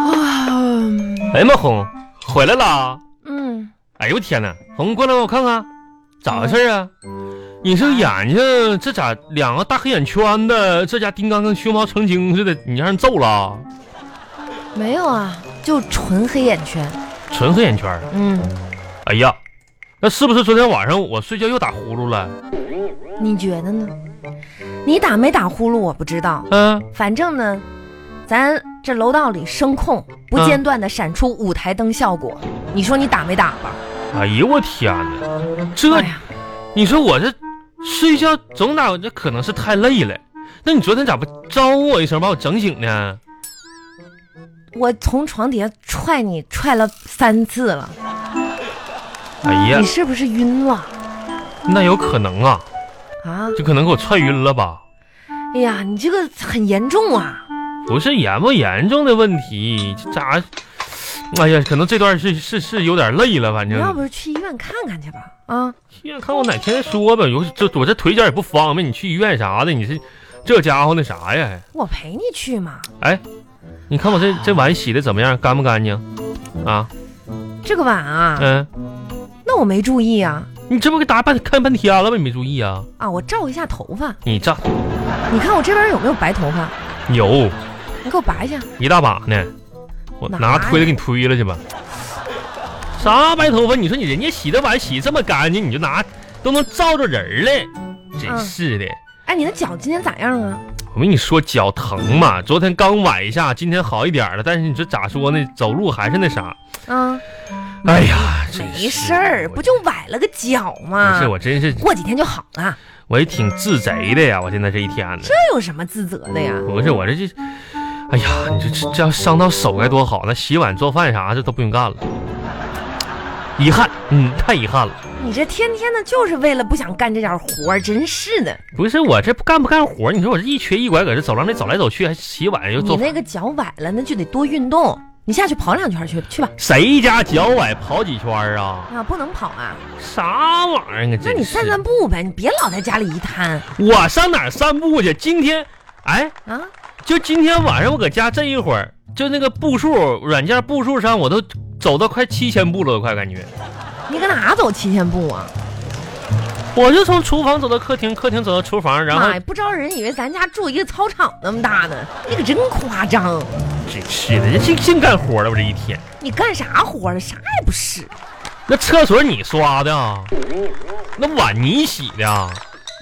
啊哎呀妈，红回来啦！嗯，哎呦我天哪，红过来我看看，咋回事啊？你这眼睛这咋两个大黑眼圈的？这家丁刚跟熊猫成精似的，你让人揍了？啊没有啊，就纯黑眼圈。纯黑眼圈。啊嗯，哎呀，那是不是昨天晚上我睡觉又打呼噜了？你觉得呢？你打没打呼噜我不知道，嗯、反正呢，咱这楼道里声控不间断的闪出舞台灯效果，你说你打没打吧？哎呦我天哪，这、哎呀，你说我这睡觉总打，这可能是太累了。那你昨天咋不招呼我一声，把我整醒呢？我从床底下踹你踹了三次了，哎呀你，是不是晕了那有可能啊，啊？就可能给我踹晕了吧？哎呀，你这个很严重啊！不是严不严重的问题，这咋？哎呀，可能这段是是是有点累了，反你正要不是去医院看看去吧？啊，医院看我哪天说呗。有这我这腿脚也不方便，你去医院啥的，你这这家伙那啥呀？我陪你去嘛。你看我这这碗洗的怎么样？干不干净？啊，这个碗啊，嗯，那我没注意啊你这不给打半看半天了吗？你没注意啊？啊！我照一下头发，你这你看我这边有没有白头发？有你给我拔一下。一大把呢，我哪拿呀推子给你推了去吧。啥白头发？你说你人家洗的碗洗这么干净，你就拿都能照着人儿了，真嗯是的。哎，你的脚今天咋样啊？我跟你说，脚疼嘛，昨天刚崴一下，今天好一点了。但是你这咋说呢？走路还是那啥。啊，哎呀，真是没事儿，不就啊崴了个脚不吗？是我真是过几天就好了，我也挺自贼的呀！我现在这一天呢，这有什么自责的呀？不是我这这，哎呀，你说这这要伤到手该多好！那洗碗做饭啥的都不用干了，遗憾，嗯，太遗憾了。你这天天的就是为了不想干这点活儿，真是的。不是我这不干不干活？你说我这一瘸一拐搁这走廊里走来走去，还洗碗又你做饭那个脚崴了，那就得多运动。你下去跑两圈去，去吧。谁家脚崴跑几圈啊？啊，不能跑啊，啥玩意那儿啊？你真是散散步呗，你别老在家里一摊我上哪儿散步去？今天，哎，啊。就今天晚上我搁家这一会儿，就那个步数软件步数上，我都走到快七千步了，都快感觉。你搁哪走七千步啊？我就从厨房走到客厅，客厅走到厨房，然后妈呀，不招人以为咱家住一个操场那么大呢，你可真夸张！真是的，这净净干活了，我这一天。你干啥活儿了？啥也不是那厕所你刷的啊，那碗你洗的啊，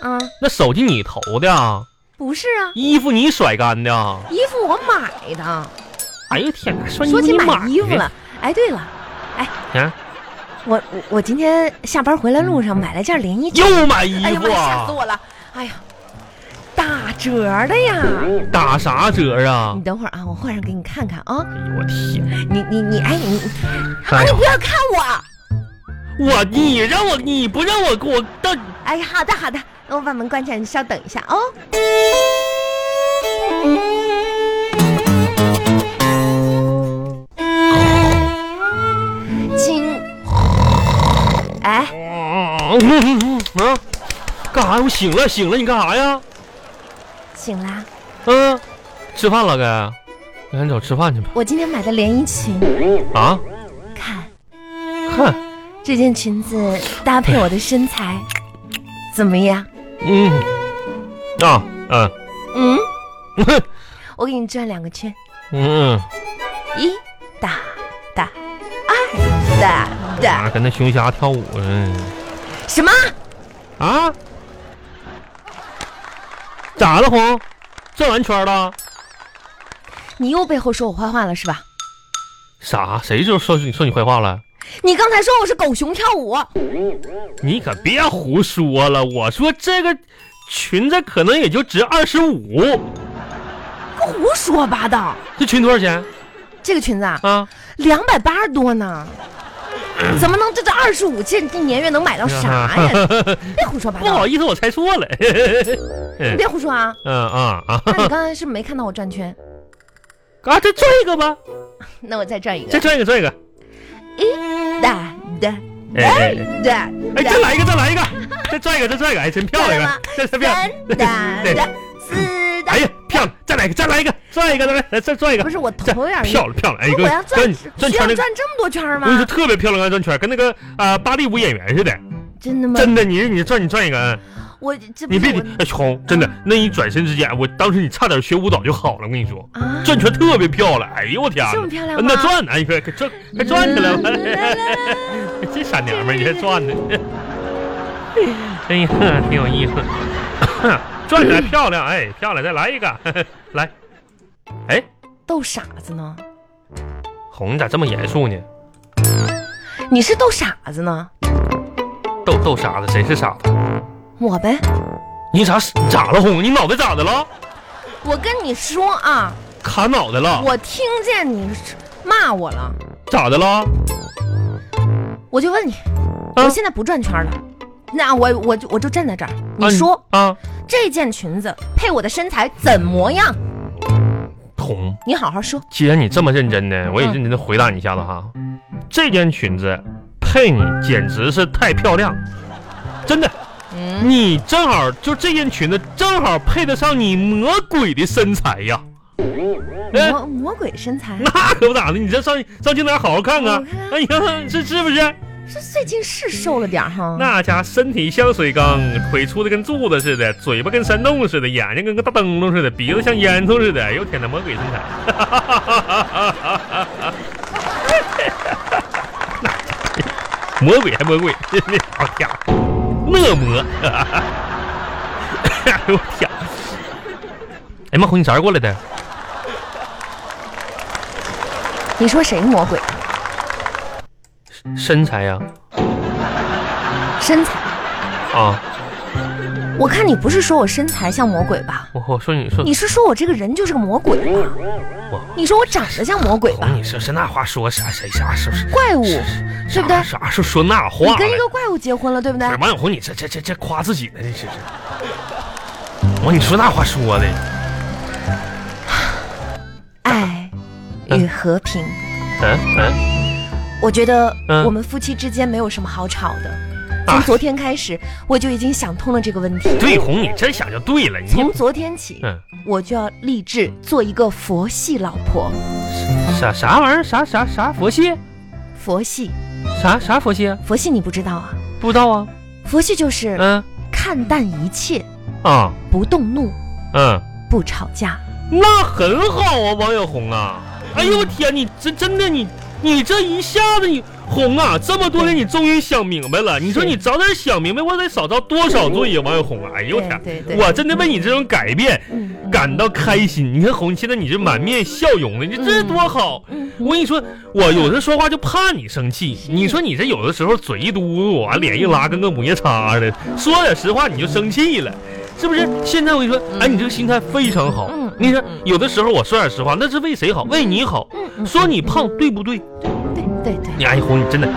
啊，那手机你投的啊，不是啊，衣服你甩干的啊。衣服我买的。哎呦天哪，说你说起你买衣服的了，哎，对了，哎，啊我我我今天下班回来路上买了件连衣裙，又买衣哎呀妈服呀，吓啊死？我了！哎呀，打折的呀！嗯打啥折啊你？等会儿啊，我换上给你看看啊。哎呦我天！你你你，哎你啊，哎你呦不要看我！我你让我你不让我给我到哎呀，好的好的，那我把门关起来，你稍等一下哦。今，哎，啊啊！干啥呀？我醒了醒了，你干啥呀？醒啦！嗯、吃饭了该，赶紧走吃饭去吧。我今天买的连衣裙，啊，看看，这件裙子搭配我的身材，怎么样？嗯，啊，嗯， 嗯，嗯我给你转两个圈，嗯，一哒哒，二哒哒，啊，跟那熊瞎跳舞呢。什么？啊？咋了，红？转完圈了？你又背后说我坏话了是吧？啥？谁就说你说你坏话了？你刚才说我是狗熊跳舞，你可别胡说了！我说这个裙子可能也就值二十五，胡说八道。这裙多少钱这个裙子啊，啊？两百八十多呢，怎么能这这二十五这这年月能买到啥呀？别胡说八不道好，意思，我猜错了。 你别胡说啊！嗯啊啊那你刚才是没看到我转圈，啊！再转一个吧，那我再转一再个，转一个，转一个。哒哒哎哎哎哒哎，哒再，来一个，再来一个，再转一个，再转一个。哎，真漂漂亮亮吗啊！这才漂亮三。哒对哒四哒哎，呀，漂亮，再来一个，再来一个，再来一个，再来，来再转一个不，是我再头有点漂亮漂亮，哎不是哥我要，转转需转要圈那个，哦转这么多圈我跟你说吗？嗯特别漂亮，转圈跟那个啊芭蕾舞演员似的，真的吗？真的，你你转你转一个，嗯我这不 你是我别嗯哎红，真的，那一转身之间，我当时你差点学舞蹈就好了，我跟你说，啊，转圈特别漂亮，哎呦我天哪，这么漂亮吗？嗯那转呢，哎快快转快转起来吧。 这傻娘们儿，你还转呢？ 哎呀，挺有意思，转起来漂亮，哎，漂亮，再来一个， 来，哎，逗傻子呢？红咋这么严肃呢？你是逗傻子呢？逗逗傻子，谁是傻子？我呗。你咋咋了，红？你脑袋咋的了？我跟你说啊，卡脑袋了？我听见你骂我了，咋的了？我就问你，啊我现在不转圈了。那我我就我就站在这儿，你啊说、啊，这件裙子配我的身材怎么样？红，你好好说。既然你这么认真呢，我也认真的回答你一下子哈。这件裙子配你简直是太漂亮，真的。嗯，你正好就这件裙子正好配得上你魔鬼的身材呀！哎，魔魔鬼身材，那可不咋的，你这上上镜台好好看看我看，哎呀，这是不是？这最近是瘦了点儿哈。那家身体像水缸，腿粗的跟柱子似的，嘴巴跟山洞似的，眼睛跟个大灯笼似的，鼻子像烟囱似的。哎呦天哪，魔鬼身材！ 魔鬼还魔鬼，那好家伙，恶魔！ 哎呦我天！哎妈，红，你啥时候过来的？你说谁魔鬼？身材啊呀、身材？啊？我看你不是说我身材像魔鬼吧？我我说你说你是说我这个人就是个魔鬼吧我？你说我长得像魔鬼吧红，？你说是那话说啥谁啥是不是？怪物，是对不对啥时候说那话你了？跟一个怪物结婚了，对不对哎，？王小红，你这这这这夸自己呢，这这这。我你说那话说的，爱与和平，嗯嗯，我觉得嗯我们夫妻之间没有什么好吵的。啊从昨天开始，我就已经想通了这个问题。对红，你真想就对了，你从昨天起，嗯，我就要立志做一个佛系老婆。啥啥玩意儿？啥啥啥佛系？佛系，啥啥佛系？佛系你不知道啊？不知道啊？佛系就是嗯看淡一切，啊不动怒，嗯，不吵架。那很好啊，王小红啊！哎呦我天，你真真的你你这一下子你红啊，这么多年你终于想明白了。你说你早点想明白，我得少遭多少罪呀，王小红啊！哎呦我天，对对对我真的为你这种改变嗯嗯感到开心。你看红，现在你这满面笑容的，你嗯这多好！我跟你说，我有时候说话就怕你生气。你说你这有的时候嘴一嘟噜，完脸一拉，跟个摩擦的。说点实话，你就生气了。是不是？现在我跟你说，哎，你这个心态非常好嗯嗯。你看嗯，有的时候我说点实话，那是为谁好？为你好。嗯嗯，说你胖对不对？对对对，你哎呀，红，你真的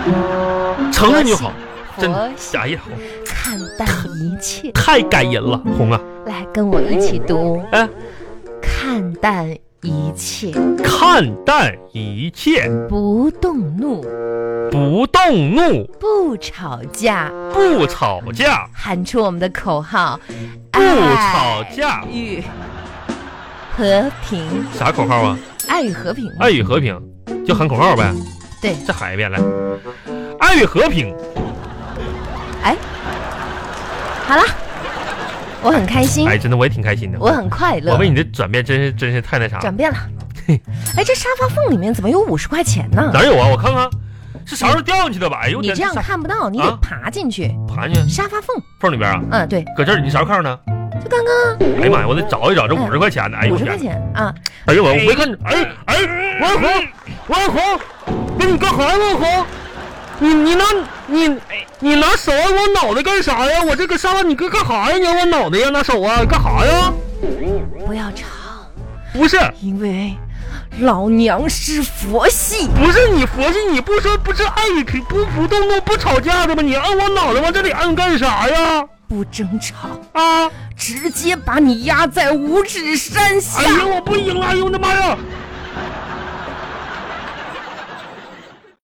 承认就好。真的佛，系哎呀，红看淡一切，太感人了，红啊！来跟我一起读。哎，看淡一切，看淡一切，不动怒，不动怒，不吵架，不吵架，喊出我们的口号：不哎吵架爱与和平，啥口号啊？爱与和平。爱与和平，就喊口号呗。对，再喊一遍来。爱与和平，好了，我很开心，哎，真的我也挺开心的。我很快乐我，为你的转变真是真是太那啥了。转变了。哎，这沙发缝里面怎么有五十块钱呢？哪有啊？我看看，是啥时候掉进去的吧？哎呦，你天这样上看不到，你得啊爬进去。盘去沙发缝，缝里边啊？嗯，对，搁这儿你啥时候看着呢？就刚刚哎呀妈呀，我得找一找这五十块钱的。哎五呦我十天块！钱啊，哎呦我我没看着，哎哎，王小红，王小红，那你干啥呀？王小红，你你拿你你拿手按我脑袋干啥呀？我这个沙发你搁干啥呀？你按我脑袋呀？拿手啊？干啥呀？不要吵，不是因为老娘是佛系。不是你佛系，你不说不是爱与不不动怒不吵架的吗？你按我脑袋往这里按干啥呀？不争吵，啊！直接把你压在五指山下。哎呀，我不赢了！哎呦我的妈呀！